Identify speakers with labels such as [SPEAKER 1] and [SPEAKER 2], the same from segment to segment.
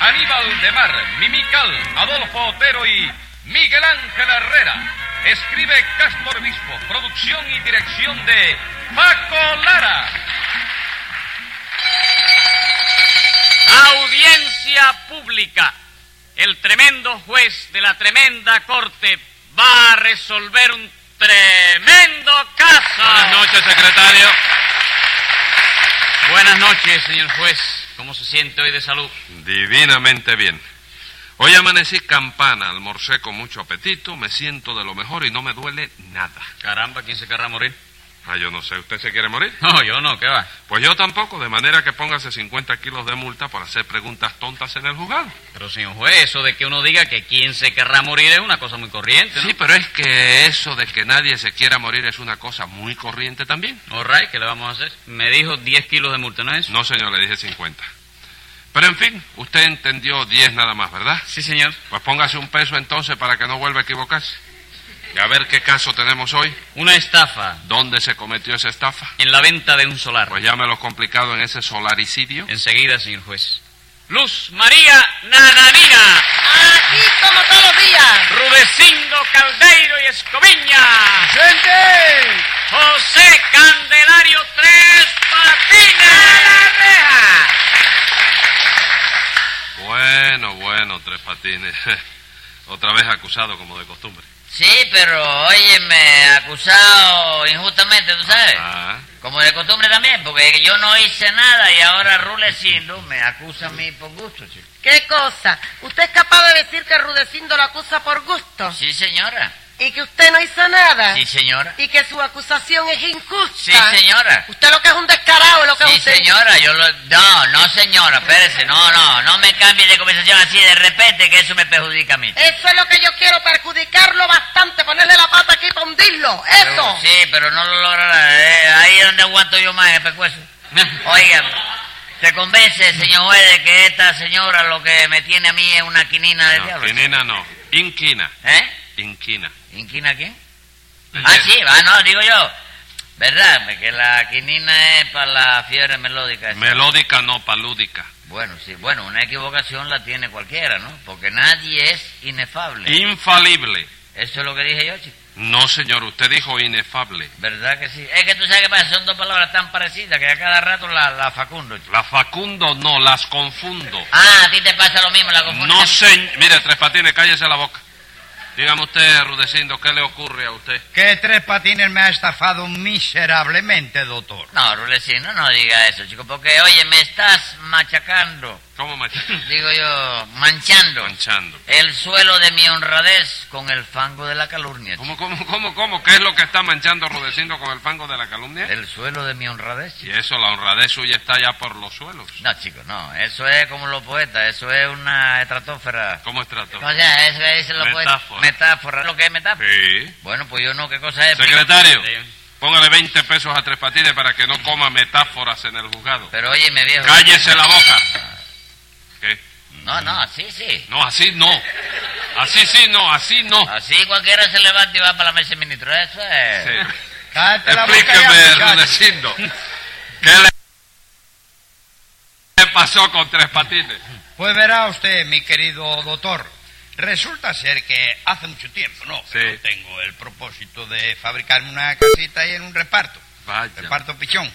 [SPEAKER 1] Aníbal de Mar, Mimical, Adolfo Otero y Miguel Ángel Herrera. Escribe Castro Obispo, producción y dirección de Paco Lara.
[SPEAKER 2] Audiencia pública. El tremendo juez de la tremenda corte va a resolver un tremendo caso.
[SPEAKER 3] Buenas noches, secretario.
[SPEAKER 2] Buenas noches, señor juez. ¿Cómo se siente hoy de salud?
[SPEAKER 3] Divinamente bien. Hoy amanecí campana, almorcé con mucho apetito, me siento de lo mejor y no me duele nada.
[SPEAKER 2] Caramba, ¿quién se querrá morir?
[SPEAKER 3] Ah, yo no sé, ¿usted se quiere morir?
[SPEAKER 2] No, yo no, ¿qué va?
[SPEAKER 3] Pues yo tampoco, de manera que póngase 50 kilos de multa por hacer preguntas tontas en el juzgado.
[SPEAKER 2] Pero, señor juez, eso de que uno diga que quién se querrá morir es una cosa muy corriente, ¿no?
[SPEAKER 3] Sí, pero es que eso de que nadie se quiera morir es una cosa muy corriente también.
[SPEAKER 2] All right, ¿qué le vamos a hacer? Me dijo 10 kilos de multa, ¿no es eso?
[SPEAKER 3] No, señor, le dije 50. Pero en fin, usted entendió 10 nada más, ¿verdad?
[SPEAKER 2] Sí, señor.
[SPEAKER 3] Pues póngase un peso entonces para que no vuelva a equivocarse. Y a ver qué caso tenemos hoy.
[SPEAKER 2] Una estafa
[SPEAKER 3] ¿Dónde se cometió esa estafa?
[SPEAKER 2] en la venta de un solar.
[SPEAKER 3] Pues llámelo complicado en ese solaricidio.
[SPEAKER 2] Enseguida, señor juez. Luz María Nananina,
[SPEAKER 4] Aquí como todos los días.
[SPEAKER 2] Rudecindo Caldeiro y Escoviña,
[SPEAKER 4] ¡Gente!
[SPEAKER 2] José Candelario Tres Patines.
[SPEAKER 3] Bueno, bueno, Tres Patines. Otra vez acusado como de costumbre.
[SPEAKER 5] Sí, pero óyeme, acusado injustamente, ¿tú sabes?
[SPEAKER 3] Ah,
[SPEAKER 5] Como de costumbre también, porque yo no hice nada y ahora Rulecindo me acusa a mí por gusto, chico.
[SPEAKER 4] ¿Qué cosa? ¿Usted es capaz de decir que Rudecindo lo acusa por gusto?
[SPEAKER 5] Sí, señora.
[SPEAKER 4] ¿Y que usted no hizo nada?
[SPEAKER 5] Sí, señora.
[SPEAKER 4] ¿Y que su acusación es injusta?
[SPEAKER 5] Sí, señora.
[SPEAKER 4] ¿Usted lo que es un descarado es lo que es
[SPEAKER 5] Sí,
[SPEAKER 4] Ah. usted?
[SPEAKER 5] señora, yo lo... No, no, señora, espérese, no, no, no me cambie de conversación así de repente, que eso me perjudica a mí.
[SPEAKER 4] Eso es lo que yo quiero, perjudicarlo bastante, ponerle la pata aquí para hundirlo. ¡Eso!
[SPEAKER 5] Sí, pero no lo logrará. eh, ahí es donde aguanto yo más en el pescuezo. Oiga, ¿se convence, señor juez, de que esta señora lo que me tiene a mí es una quinina de
[SPEAKER 3] no,
[SPEAKER 5] eh, diablo?
[SPEAKER 3] quinina no. Inquina.
[SPEAKER 5] ¿Eh?
[SPEAKER 3] Inquina.
[SPEAKER 5] ¿Inquina quién?
[SPEAKER 3] Le
[SPEAKER 5] Ah,
[SPEAKER 3] lle-
[SPEAKER 5] sí, ah, no, digo yo. ¿Verdad? Que la quinina es para la fiebre melódica. esa.
[SPEAKER 3] Melódica no, palúdica.
[SPEAKER 5] Bueno, sí, bueno, una equivocación la tiene cualquiera, ¿no? Porque nadie es inefable.
[SPEAKER 3] Infalible.
[SPEAKER 5] Eso es lo que dije yo, chico.
[SPEAKER 3] No, señor, usted dijo inefable.
[SPEAKER 5] ¿Verdad que sí? Es que tú sabes que pasa, son dos palabras tan parecidas que a cada rato la, la facundo, chico.
[SPEAKER 3] La facundo no, las confundo.
[SPEAKER 5] Ah, a ti te pasa lo mismo, la confusión.
[SPEAKER 3] No, señor. Mire, Tres Patines, cállese la boca. Dígame usted, Rudecindo, ¿qué le ocurre a usted?
[SPEAKER 6] Que Tres Patines me ha estafado miserablemente, doctor.
[SPEAKER 5] No, Rulecino, no diga eso, chico, porque, oye, me estás machacando,
[SPEAKER 3] ¿Cómo me
[SPEAKER 5] digo yo, manchando
[SPEAKER 3] manchando?
[SPEAKER 5] el suelo de mi honradez con el fango de la calumnia. chico.
[SPEAKER 3] ¿Cómo, cómo, cómo, cómo? ¿Qué es lo que está manchando Rudecindo con el fango de la calumnia?
[SPEAKER 5] El suelo de mi honradez,
[SPEAKER 3] Y
[SPEAKER 5] chico.
[SPEAKER 3] eso, la honradez suya está ya por los suelos.
[SPEAKER 5] No, chico, no, eso es como los poetas, eso es una estratosfera.
[SPEAKER 3] ¿Cómo es trato?
[SPEAKER 5] O sea, eso es los
[SPEAKER 3] Metáfora.
[SPEAKER 5] poetas. Metáfora. ¿Lo que es metáfora?
[SPEAKER 3] Sí.
[SPEAKER 5] Bueno, pues yo no, ¿qué cosa es?
[SPEAKER 3] Secretario,
[SPEAKER 2] Sí.
[SPEAKER 3] póngale 20 pesos a Tres Patines para que no coma metáforas en el juzgado.
[SPEAKER 5] Pero óyeme, viejo.
[SPEAKER 3] Cállese la boca. ¿Qué?
[SPEAKER 5] No, no, sí, sí.
[SPEAKER 3] No, así no. Así sí, no, así no.
[SPEAKER 5] Así cualquiera se levanta y va para la mesa de ministro. Eso es...
[SPEAKER 3] Sí.
[SPEAKER 6] Cállate la boca ya,
[SPEAKER 3] Explíqueme,
[SPEAKER 6] muchacho.
[SPEAKER 3] Rudecindo. ¿Qué le... qué pasó con Tres Patines?
[SPEAKER 6] Pues verá usted, mi querido doctor. Resulta ser que hace mucho tiempo, ¿no?
[SPEAKER 3] Sí.
[SPEAKER 6] Que yo tengo el propósito de fabricarme una casita ahí en un reparto.
[SPEAKER 3] Vaya.
[SPEAKER 6] Reparto pichón.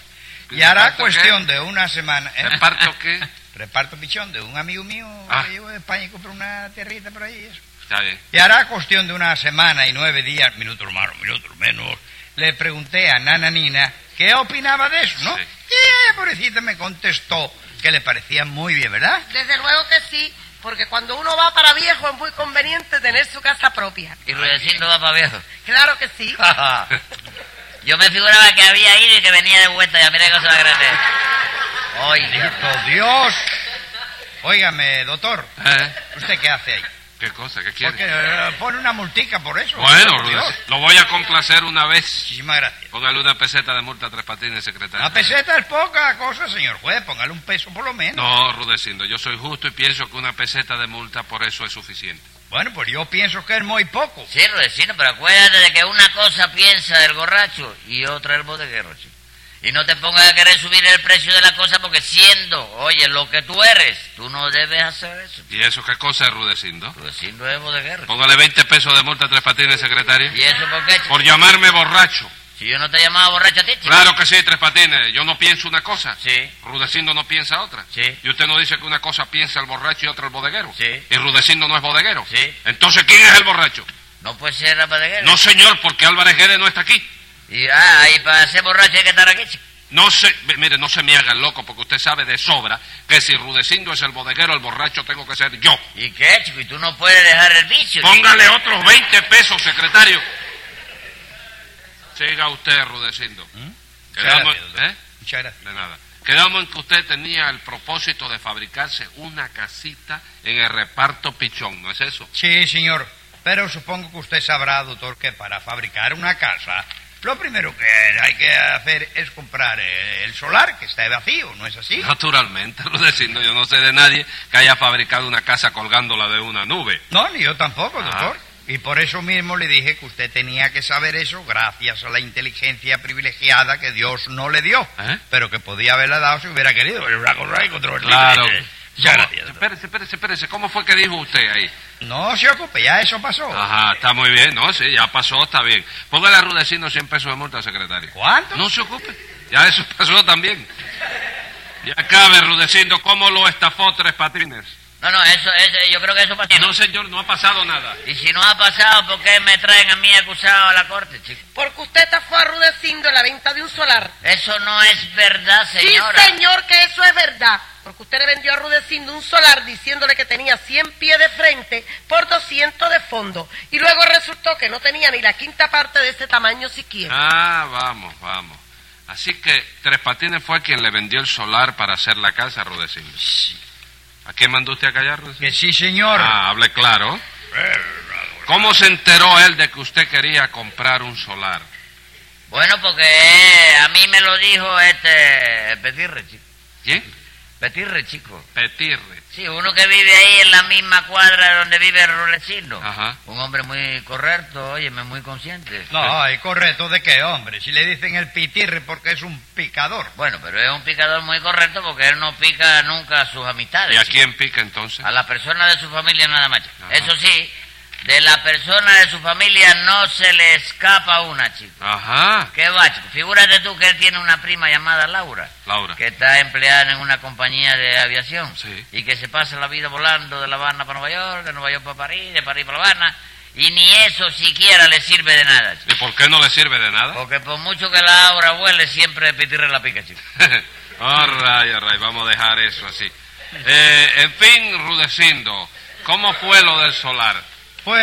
[SPEAKER 6] Y
[SPEAKER 3] ¿Reparto
[SPEAKER 6] hará
[SPEAKER 3] qué?
[SPEAKER 6] cuestión de una semana. ¿eh?
[SPEAKER 3] ¿Reparto qué?
[SPEAKER 6] Reparto pichón de un amigo mío
[SPEAKER 3] Ah.
[SPEAKER 6] que llevo de España y compré una tierrita por ahí. y eso.
[SPEAKER 3] Está bien.
[SPEAKER 6] Y hará cuestión de una semana y nueve días, minutos más o minutos menos, le pregunté a Nana Nina qué opinaba de eso, ¿no?
[SPEAKER 3] Sí.
[SPEAKER 6] Y ella, pobrecita, me contestó que le parecía muy bien, ¿verdad?
[SPEAKER 4] Desde luego que sí, porque cuando uno va para viejo es muy conveniente tener su casa propia.
[SPEAKER 5] Y Rudecindo va para viejo.
[SPEAKER 4] Claro que sí.
[SPEAKER 5] Yo me figuraba que había ido y que venía de vuelta. Ya mira qué cosa más grande. Oiga.
[SPEAKER 6] ¡Oh, Dios! Óigame, doctor,
[SPEAKER 3] ¿Eh?
[SPEAKER 6] ¿usted qué hace ahí?
[SPEAKER 3] ¿Qué cosa? ¿Qué
[SPEAKER 6] Porque
[SPEAKER 3] quiere?
[SPEAKER 6] eh, pone una multica por eso.
[SPEAKER 3] Bueno,
[SPEAKER 6] Por Dios.
[SPEAKER 3] Rudecindo, lo voy a complacer una vez.
[SPEAKER 6] Muchísimas gracias.
[SPEAKER 3] Póngale una peseta de multa a Tres Patines, secretario.
[SPEAKER 6] La peseta es poca cosa, señor juez. Póngale un peso por lo menos.
[SPEAKER 3] No, Rudecindo, yo soy justo y pienso que una peseta de multa por eso es suficiente.
[SPEAKER 6] Bueno, pues yo pienso que es muy poco.
[SPEAKER 5] Sí, Rudecindo, pero acuérdate de que una cosa piensa el borracho y otra el bodeguero, chico. Y no te pongas a querer subir el precio de la cosa porque siendo, oye, lo que tú eres, tú no debes hacer eso.
[SPEAKER 3] ¿Y eso qué cosa es, Rudecindo?
[SPEAKER 5] Tú siendo es bodeguero.
[SPEAKER 3] Póngale 20 pesos de multa a Tres Patines, secretario.
[SPEAKER 5] ¿Y eso por qué, chico?
[SPEAKER 3] Por llamarme borracho.
[SPEAKER 5] Si yo no te llamaba borracho a ti, chico.
[SPEAKER 3] Claro que sí, Tres Patines. Yo no pienso una cosa.
[SPEAKER 5] Sí.
[SPEAKER 3] Rudecindo no piensa otra.
[SPEAKER 5] Sí.
[SPEAKER 3] Y usted no dice que una cosa piensa el borracho y otra el bodeguero.
[SPEAKER 5] Sí.
[SPEAKER 3] Y Rudecindo no es bodeguero.
[SPEAKER 5] Sí.
[SPEAKER 3] Entonces, ¿quién es el borracho?
[SPEAKER 5] No puede ser la bodeguero.
[SPEAKER 3] No, señor, porque Álvarez Guedes no está aquí.
[SPEAKER 5] Y, ah, y para ser borracho hay que estar aquí, chico.
[SPEAKER 3] No se, mire, no se me haga el loco, porque usted sabe de sobra que si Rudecindo es el bodeguero, el borracho tengo que ser yo.
[SPEAKER 5] ¿Y qué, chico? Y tú no puedes dejar el vicio. chico.
[SPEAKER 3] Póngale otros 20 pesos, secretario. Siga usted, Rudecindo.
[SPEAKER 5] ¿Mm?
[SPEAKER 3] Quedamos,
[SPEAKER 6] Gracias, doctor.
[SPEAKER 3] ¿eh?
[SPEAKER 6] Muchas gracias.
[SPEAKER 3] De nada. Quedamos en que usted tenía el propósito de fabricarse una casita en el reparto pichón, ¿no es eso?
[SPEAKER 6] Sí, señor. Pero supongo que usted sabrá, doctor, que para fabricar una casa, lo primero que hay que hacer es comprar eh, el solar, que está vacío, ¿no es así?
[SPEAKER 3] Ah. Naturalmente, Rudecindo. Yo no sé de nadie que haya fabricado una casa colgándola de una nube.
[SPEAKER 6] No, ni yo tampoco,
[SPEAKER 3] Ah.
[SPEAKER 6] doctor. Y por eso mismo le dije que usted tenía que saber eso gracias a la inteligencia privilegiada que Dios no le dio,
[SPEAKER 3] ¿Eh?
[SPEAKER 6] pero que podía haberla dado si hubiera querido. Era una cosa incontrovertible.
[SPEAKER 3] Claro. Eh, ¿Cómo?
[SPEAKER 6] Ya, gracias, doctor.
[SPEAKER 3] Espérese, espérese, espérese. ¿Cómo fue que dijo usted ahí?
[SPEAKER 6] No se ocupe, ya eso pasó.
[SPEAKER 3] Ajá, está muy bien, ¿no? Sí, ya pasó, está bien. Póngale a Rudecindo 100 pesos de multa, secretario.
[SPEAKER 6] ¿Cuánto?
[SPEAKER 3] No se ocupe, ya eso pasó también. Ya cabe, Rudecindo, ¿cómo lo estafó Tres Patines?
[SPEAKER 5] No, no, eso, eso, yo creo que eso pasó.
[SPEAKER 3] No, señor, no ha pasado nada.
[SPEAKER 5] Y si no ha pasado, ¿por qué me traen a mí acusado a la corte, chico?
[SPEAKER 4] Porque usted estafó a Rudecindo en la venta de un solar.
[SPEAKER 5] Eso no es verdad, señora.
[SPEAKER 4] Sí, señor, que eso es verdad. Porque usted le vendió a Rudecindo un solar diciéndole que tenía 100 pies de frente por 200 de fondo. Y luego resultó que no tenía ni la quinta parte de ese tamaño siquiera.
[SPEAKER 3] Ah, vamos, vamos. Así que Tres Patines fue quien le vendió el solar para hacer la casa a Rudecindo. ¿A quién mandó usted a callar, Rudecindo?
[SPEAKER 6] Que sí, señor.
[SPEAKER 3] Ah, hable claro. ¿Cómo se enteró él de que usted quería comprar un solar?
[SPEAKER 5] Bueno, porque eh, a mí me lo dijo este Petirre, chico.
[SPEAKER 3] ¿Quién?
[SPEAKER 5] Petirre, chico.
[SPEAKER 3] Petirre.
[SPEAKER 5] Sí, uno que vive ahí en la misma cuadra donde vive el rulecino.
[SPEAKER 3] Ajá.
[SPEAKER 5] Un hombre muy correcto, óyeme, muy consciente.
[SPEAKER 6] No, es correcto de qué, hombre. Si le dicen el pitirre porque es un picador.
[SPEAKER 5] Bueno, pero es un picador muy correcto porque él no pica nunca a sus amistades.
[SPEAKER 3] ¿Y a
[SPEAKER 5] chico.
[SPEAKER 3] quién pica entonces?
[SPEAKER 5] A la persona de su familia nada más. chico.
[SPEAKER 3] Ajá.
[SPEAKER 5] Eso sí, de la persona de su familia no se le escapa una, chico.
[SPEAKER 3] Ajá,
[SPEAKER 5] ¿Qué va, chico? Figúrate tú que él tiene una prima llamada Laura,
[SPEAKER 3] Laura.
[SPEAKER 5] que está empleada en una compañía de aviación
[SPEAKER 3] Ah. Sí.
[SPEAKER 5] y que se pasa la vida volando de La Habana para Nueva York, de Nueva York para París, de París para La Habana, y ni eso siquiera le sirve de nada, chico.
[SPEAKER 3] ¿Y por qué no le sirve de nada?
[SPEAKER 5] Porque por mucho que Laura huele, siempre pitirre la pica, chico.
[SPEAKER 3] all right, all right, oh, vamos a dejar eso así. Eh, en fin, Rudecindo, ¿cómo fue lo del solar?
[SPEAKER 6] Pues,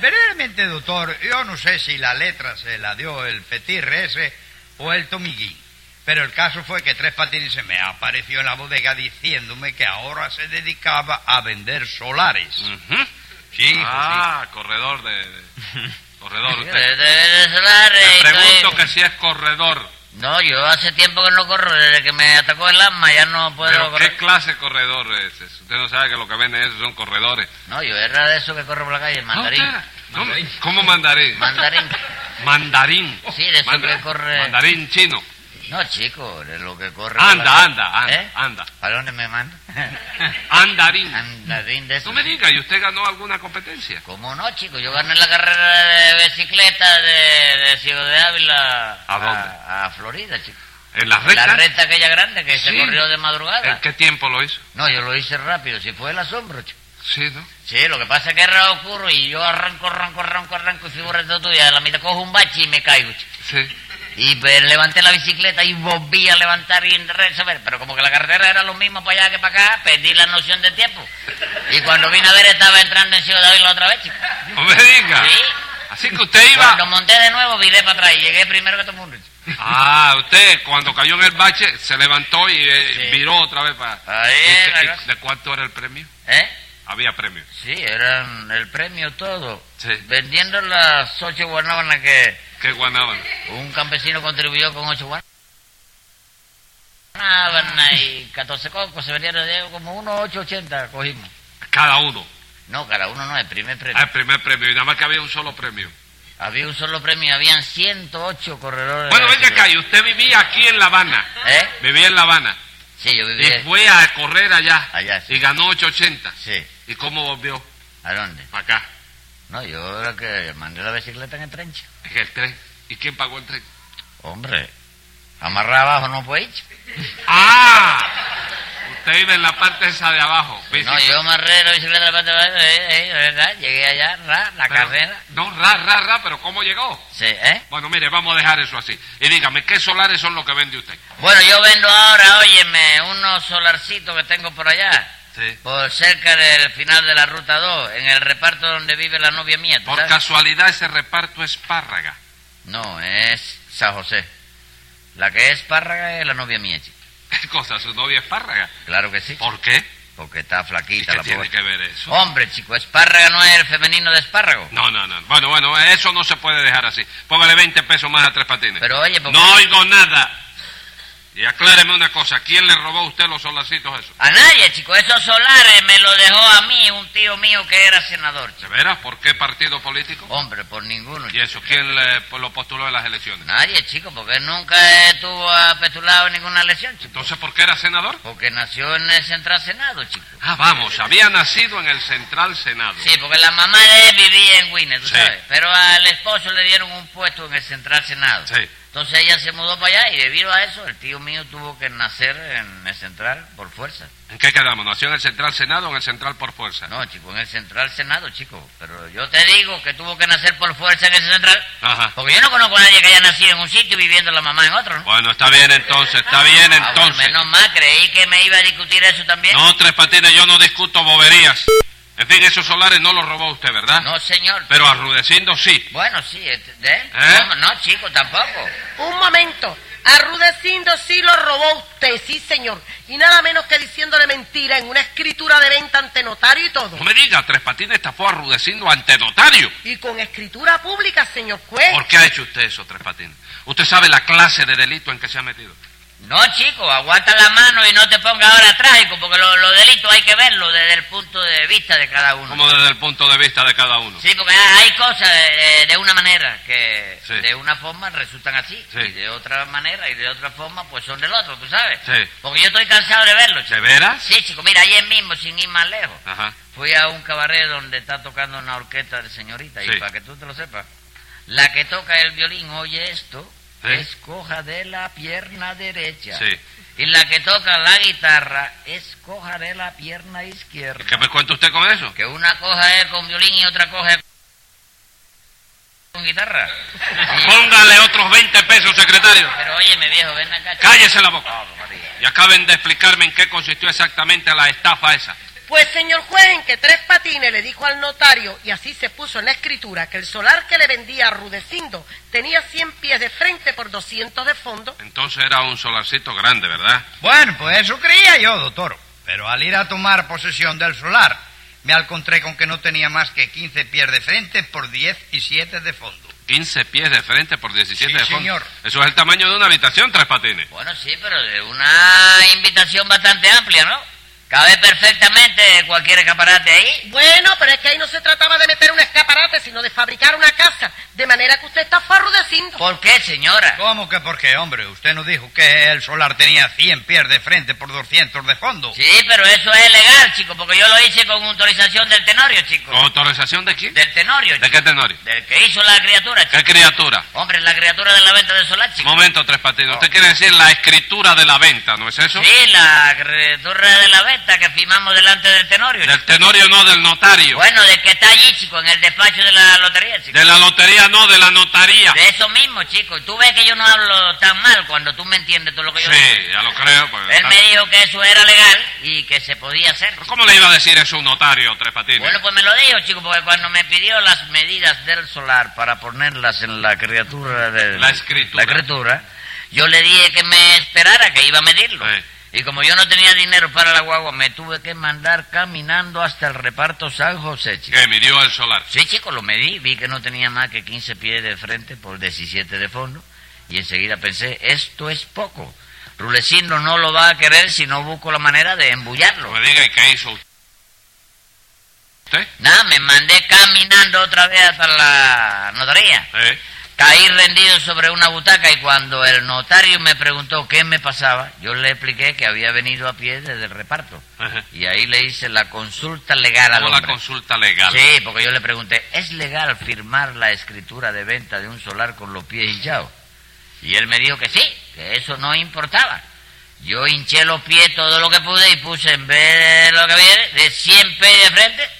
[SPEAKER 6] verdaderamente, doctor, yo no sé si la letra se la dio el petirre ese o el tomiguín. Pero el caso fue que Tres Patines se me apareció en la bodega diciéndome que ahora se dedicaba a vender solares.
[SPEAKER 3] Ujú.
[SPEAKER 6] Sí, hijo,
[SPEAKER 3] ah, corredor de... de- corredor
[SPEAKER 5] De-
[SPEAKER 3] usted.
[SPEAKER 5] de- de- de solar, eh,
[SPEAKER 3] Le pregunto
[SPEAKER 5] estoy-
[SPEAKER 3] que si es corredor.
[SPEAKER 5] No, yo hace tiempo que no corro, desde que me atacó el asma ya no puedo
[SPEAKER 3] ¿Pero
[SPEAKER 5] correr.
[SPEAKER 3] qué clase de corredor es ese? Usted no sabe que lo que venden esos son corredores.
[SPEAKER 5] No, yo era de eso que corro por la calle, mandarín.
[SPEAKER 3] Ah, usted- ¿Cómo- ¿Cómo mandarín?
[SPEAKER 5] Mandarín.
[SPEAKER 3] mandarín.
[SPEAKER 5] Sí, de eso
[SPEAKER 3] Manda-
[SPEAKER 5] que corre-
[SPEAKER 3] Mandarín chino.
[SPEAKER 5] No, chico, de lo que corre. por Eh. la
[SPEAKER 3] Anda,
[SPEAKER 5] calle.
[SPEAKER 3] anda, anda,
[SPEAKER 5] ¿Eh?
[SPEAKER 3] anda.
[SPEAKER 5] ¿Para dónde me manda?
[SPEAKER 3] Andarín.
[SPEAKER 5] Andarín de eso.
[SPEAKER 3] No me diga, ¿y usted ganó alguna competencia?
[SPEAKER 5] ¿Cómo no, chico? Yo gané la carrera de bicicleta de, de Ciudad de Ávila.
[SPEAKER 3] ¿A dónde?
[SPEAKER 5] A, a Florida, chico.
[SPEAKER 3] ¿En la recta?
[SPEAKER 5] La recta aquella grande que se
[SPEAKER 3] Sí.
[SPEAKER 5] corrió de
[SPEAKER 3] ¿En
[SPEAKER 5] madrugada.
[SPEAKER 3] qué tiempo lo hizo?
[SPEAKER 5] No, yo lo hice rápido, si fue el asombro, chico.
[SPEAKER 3] Sí, ¿no?
[SPEAKER 5] Sí, lo que pasa es que era oscuro y yo arranco, arranco, arranco, arranco y fui borracho tuya. A la mitad cojo un bache y me caigo. chico.
[SPEAKER 3] Sí.
[SPEAKER 5] Y pues, levanté la bicicleta y volví a levantar y enderezar. Pero como que la carretera era lo mismo para allá que para acá, perdí la noción de tiempo. Y cuando vine a ver estaba entrando en Ciudad Ávila otra vez, chico.
[SPEAKER 3] No me diga.
[SPEAKER 5] Sí.
[SPEAKER 3] Así que usted
[SPEAKER 5] Cuando
[SPEAKER 3] iba...
[SPEAKER 5] monté de nuevo, viré para atrás y llegué primero que todo el mundo. chico.
[SPEAKER 3] Ah, usted cuando cayó en el bache se levantó y eh,
[SPEAKER 5] Sí.
[SPEAKER 3] viró otra vez para...
[SPEAKER 5] Ahí
[SPEAKER 3] ¿Y
[SPEAKER 5] es
[SPEAKER 3] qué-
[SPEAKER 5] la
[SPEAKER 3] y
[SPEAKER 5] cosa.
[SPEAKER 3] ¿De cuánto era el premio?
[SPEAKER 5] ¿Eh?
[SPEAKER 3] Había premio.
[SPEAKER 5] Sí, eran el premio todo.
[SPEAKER 3] Sí.
[SPEAKER 5] Vendiendo las ocho guanábanas que
[SPEAKER 3] ¿Qué guanábana?
[SPEAKER 5] un campesino contribuyó con ocho guanábanas. Guanábana y 14 cocos, se vendieron de como unos 8.80 cogimos.
[SPEAKER 3] Cada uno.
[SPEAKER 5] No, cada uno no, el primer premio.
[SPEAKER 3] Ah, el primer premio. Y nada más que había un solo premio.
[SPEAKER 5] Había un solo premio, habían 108 corredores.
[SPEAKER 3] Bueno,
[SPEAKER 5] de
[SPEAKER 3] venga acá, y usted vivía aquí en La Habana.
[SPEAKER 5] ¿Eh?
[SPEAKER 3] Vivía en La Habana.
[SPEAKER 5] Sí, yo
[SPEAKER 3] Y
[SPEAKER 5] vivía.
[SPEAKER 3] fue a correr allá.
[SPEAKER 5] Allá, sí.
[SPEAKER 3] Y ganó 880.
[SPEAKER 5] Sí.
[SPEAKER 3] ¿Y cómo volvió?
[SPEAKER 5] ¿A dónde?
[SPEAKER 3] Para acá.
[SPEAKER 5] No, yo era que mandé la bicicleta en el trencho.
[SPEAKER 3] En el tren. ¿Y quién pagó el tren?
[SPEAKER 5] Hombre, amarrado abajo no fue hecho.
[SPEAKER 3] ¡Ah! Usted vive en la parte esa de abajo.
[SPEAKER 5] No, yo amarré la bicicleta de la parte de abajo, eh, eh, ¿verdad? Llegué allá, ra, la
[SPEAKER 3] Pero-
[SPEAKER 5] carrera.
[SPEAKER 3] No, ra, ra, ra, pero ¿cómo llegó?
[SPEAKER 5] Sí, ¿eh?
[SPEAKER 3] Bueno, mire, vamos a dejar eso así. Y dígame, ¿qué solares son los que vende usted?
[SPEAKER 5] Bueno, yo vendo ahora, óyeme, unos solarcitos que tengo por allá.
[SPEAKER 3] Sí.
[SPEAKER 5] Por cerca del final de la ruta 2, en el reparto donde vive la novia mía. ¿tú
[SPEAKER 3] Por
[SPEAKER 5] sabes?
[SPEAKER 3] casualidad ese reparto es párraga.
[SPEAKER 5] No, es San José. La que es párraga es la novia mía, chico.
[SPEAKER 3] ¿Qué cosa? ¿Su novia es párraga?
[SPEAKER 5] Claro que sí,
[SPEAKER 3] ¿Por qué?
[SPEAKER 5] porque está
[SPEAKER 3] ¿Y
[SPEAKER 5] flaquita
[SPEAKER 3] qué
[SPEAKER 5] la
[SPEAKER 3] tiene
[SPEAKER 5] pobre.
[SPEAKER 3] Oh. que ver eso?
[SPEAKER 5] Hombre, chico, espárraga no es el femenino de espárrago.
[SPEAKER 3] No, no, no. Bueno, bueno, eso no se puede dejar así. Póngale 20 pesos más a Tres Patines.
[SPEAKER 5] Pero oye, porque...
[SPEAKER 3] No oigo nada. Y acláreme una cosa. ¿Quién le robó a usted los solarcitos esos?
[SPEAKER 5] A nadie, chico, esos solares me lo dejó a mí un tío mío que era senador,
[SPEAKER 3] ¿De
[SPEAKER 5] chico.
[SPEAKER 3] veras? ¿Por qué partido político?
[SPEAKER 5] Hombre, por ninguno,
[SPEAKER 3] ¿Y
[SPEAKER 5] chico.
[SPEAKER 3] eso? ¿Quién le- lo postuló en las elecciones?
[SPEAKER 5] Nadie, chico, porque él nunca estuvo apetulado en ninguna elección, chico.
[SPEAKER 3] Entonces, ¿por qué era senador?
[SPEAKER 5] Porque nació en el Central Senado, chico.
[SPEAKER 3] Ah, vamos, había nacido en el Central Senado.
[SPEAKER 5] Sí, porque la mamá de él vivía en Winner, tú
[SPEAKER 3] Sí.
[SPEAKER 5] sabes. Pero al esposo le dieron un puesto en el Central Senado.
[SPEAKER 3] Sí.
[SPEAKER 5] Entonces ella se mudó para allá y debido a eso el tío mío tuvo que nacer en el Central por fuerza.
[SPEAKER 3] ¿En qué quedamos? ¿Nació en el Central Senado o en el Central por fuerza?
[SPEAKER 5] No, chico, en el Central Senado, chico. Pero yo te digo que tuvo que nacer por fuerza en el Central.
[SPEAKER 3] Ajá.
[SPEAKER 5] Porque yo no conozco a nadie que haya nacido en un sitio y viviendo la mamá en otro, ¿no?
[SPEAKER 3] Bueno, está bien entonces, está bien
[SPEAKER 5] Ah, bueno,
[SPEAKER 3] Pues entonces.
[SPEAKER 5] menos mal, creí que me iba a discutir eso también.
[SPEAKER 3] No, Tres Patines, yo no discuto boberías. En fin, esos solares no los robó usted, ¿verdad?
[SPEAKER 5] No, señor.
[SPEAKER 3] Pero a Rudecindo sí.
[SPEAKER 5] Bueno, sí, este, ¿de él?
[SPEAKER 3] ¿Eh?
[SPEAKER 5] No, no, chico, tampoco.
[SPEAKER 4] Un momento. A Rudecindo sí lo robó usted, sí, señor. Y nada menos que diciéndole mentira en una escritura de venta ante notario y todo.
[SPEAKER 3] No me diga, Tres Patines estafó a Rudecindo ante notario.
[SPEAKER 4] Y con escritura pública, señor juez.
[SPEAKER 3] ¿Por qué ha hecho usted eso, Tres Patines? Usted sabe la clase de delito en que se ha metido.
[SPEAKER 5] No, chico, aguanta la mano y no te pongas ahora trágico, porque lo- los delitos hay que verlo desde el punto de vista de cada uno.
[SPEAKER 3] Como desde el punto de vista de cada uno.
[SPEAKER 5] Sí, porque hay hay cosas eh, de, una manera que
[SPEAKER 3] Sí.
[SPEAKER 5] de una forma resultan así,
[SPEAKER 3] Sí.
[SPEAKER 5] y de otra manera y de otra forma pues son del otro, tú sabes.
[SPEAKER 3] Sí.
[SPEAKER 5] Porque yo estoy cansado de verlo, chico.
[SPEAKER 3] ¿De veras?
[SPEAKER 5] Sí, chico, mira, ayer mismo, sin ir más lejos,
[SPEAKER 3] Ajá.
[SPEAKER 5] fui a un cabaret donde está tocando una orquesta de señorita,
[SPEAKER 3] Sí.
[SPEAKER 5] y para que tú te lo sepas, la que toca el violín, oye esto,
[SPEAKER 3] Sí.
[SPEAKER 5] es coja de la pierna derecha.
[SPEAKER 3] Sí.
[SPEAKER 5] Y la que toca la guitarra es coja de la pierna izquierda.
[SPEAKER 3] ¿Qué me cuenta usted con eso?
[SPEAKER 5] Que una coja es con violín y otra coja es con guitarra. Sí.
[SPEAKER 3] Póngale otros 20 pesos, secretario.
[SPEAKER 5] Pero óyeme, viejo, ven acá. chico.
[SPEAKER 3] Cállese la boca.
[SPEAKER 5] Ave María.
[SPEAKER 3] Y acaben de explicarme en qué consistió exactamente la estafa esa.
[SPEAKER 4] Pues, señor juez, en que Tres Patines le dijo al notario, y así se puso en la escritura, que el solar que le vendía a Rudecindo tenía 100 pies de frente por 200 de fondo.
[SPEAKER 3] Entonces era un solarcito grande, ¿verdad?
[SPEAKER 6] Bueno, pues eso creía yo, doctor. Pero al ir a tomar posesión del solar, me encontré con que no tenía más que 15 pies de frente por 10 y 7 de fondo.
[SPEAKER 3] 15 pies de frente por 17
[SPEAKER 6] Sí,
[SPEAKER 3] de fondo.
[SPEAKER 6] señor.
[SPEAKER 3] Eso es el tamaño de una habitación, tres patines.
[SPEAKER 5] Bueno, sí, pero de una invitación bastante amplia, ¿no? Cabe perfectamente cualquier escaparate ahí.
[SPEAKER 4] Bueno, pero es que ahí no se trataba de meter un escaparate, sino de fabricar una casa, de manera que usted está farrudeciendo.
[SPEAKER 5] ¿Por qué, señora?
[SPEAKER 6] ¿Cómo que por qué, hombre? Usted nos dijo que el solar tenía 100 pies de frente por 200 de fondo.
[SPEAKER 5] Sí, pero eso es legal, chico, porque yo lo hice con autorización del tenorio, chico.
[SPEAKER 3] ¿Autorización de quién?
[SPEAKER 5] Del tenorio,
[SPEAKER 3] ¿De
[SPEAKER 5] chico.
[SPEAKER 3] qué tenorio?
[SPEAKER 5] Del que hizo la criatura, chico.
[SPEAKER 3] ¿Qué criatura?
[SPEAKER 5] Hombre, la criatura de la venta de solar, chico.
[SPEAKER 3] Momento, tres patines. Usted quiere decir la escritura de la venta, ¿no es eso?
[SPEAKER 5] Sí, la criatura de la venta que firmamos delante del tenorio.
[SPEAKER 3] Del tenorio no, del notario.
[SPEAKER 5] Bueno, del que está allí, chico, en el despacho de la lotería, chico.
[SPEAKER 3] De la lotería no, de la notaría.
[SPEAKER 5] De eso mismo, chico. Y tú ves que yo no hablo tan mal cuando tú me entiendes todo lo que yo digo.
[SPEAKER 3] Sí, ya lo creo. pues,
[SPEAKER 5] Él
[SPEAKER 3] está-
[SPEAKER 5] me dijo que eso era legal y que se podía hacer.
[SPEAKER 3] ¿Pero ¿Cómo le iba a decir eso a un notario, tres patines?
[SPEAKER 5] Bueno, pues me lo dijo, chico, porque cuando me pidió las medidas del solar para ponerlas en la criatura de
[SPEAKER 3] La escritura.
[SPEAKER 5] la escritura, yo le dije que me esperara, que iba a medirlo.
[SPEAKER 3] Sí.
[SPEAKER 5] Y como yo no tenía dinero para la guagua, me tuve que mandar caminando hasta el reparto San José, chico.
[SPEAKER 3] que midió el solar.
[SPEAKER 5] Sí, chico, lo medí, vi que no tenía más que 15 pies de frente por 17 de fondo y enseguida pensé, esto es poco. Rulecindo no lo va a querer si no busco la manera de
[SPEAKER 3] No
[SPEAKER 5] embullarlo.
[SPEAKER 3] me diga, ¿y qué hizo usted? ¿Usted?
[SPEAKER 5] Nada, me mandé caminando otra vez hasta la notaría.
[SPEAKER 3] ¿Eh?
[SPEAKER 5] Caí rendido sobre una butaca y cuando el notario me preguntó qué me pasaba, yo le expliqué que había venido a pie desde el reparto.
[SPEAKER 3] Ajá.
[SPEAKER 5] Y ahí le hice la consulta legal al
[SPEAKER 3] Como la
[SPEAKER 5] hombre.
[SPEAKER 3] consulta legal.
[SPEAKER 5] Sí, porque yo le pregunté, ¿es legal firmar la escritura de venta de un solar con los pies hinchados? Y él me dijo que sí, que eso no importaba. Yo hinché los pies todo lo que pude y puse en vez de lo que viene, de 100 pies de frente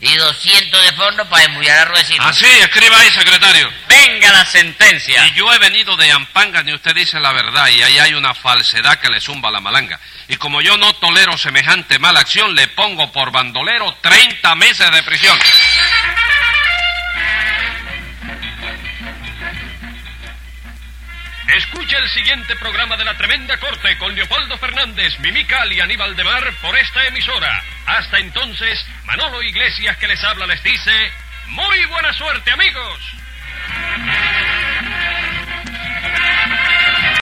[SPEAKER 5] y 200 de fondo para embullar a Ruedecino.
[SPEAKER 3] Así, escriba ahí, secretario.
[SPEAKER 7] Venga la sentencia.
[SPEAKER 3] Y yo he venido de Ampangan y usted dice la verdad y ahí hay una falsedad que le zumba la malanga. Y como yo no tolero semejante mala acción, le pongo por bandolero 30 meses de prisión.
[SPEAKER 2] Escucha el siguiente programa de La Tremenda Corte con Leopoldo Fernández, Mimical y Aníbal de Mar por esta emisora. Hasta entonces, Manolo Iglesias que les habla les dice, muy buena suerte amigos.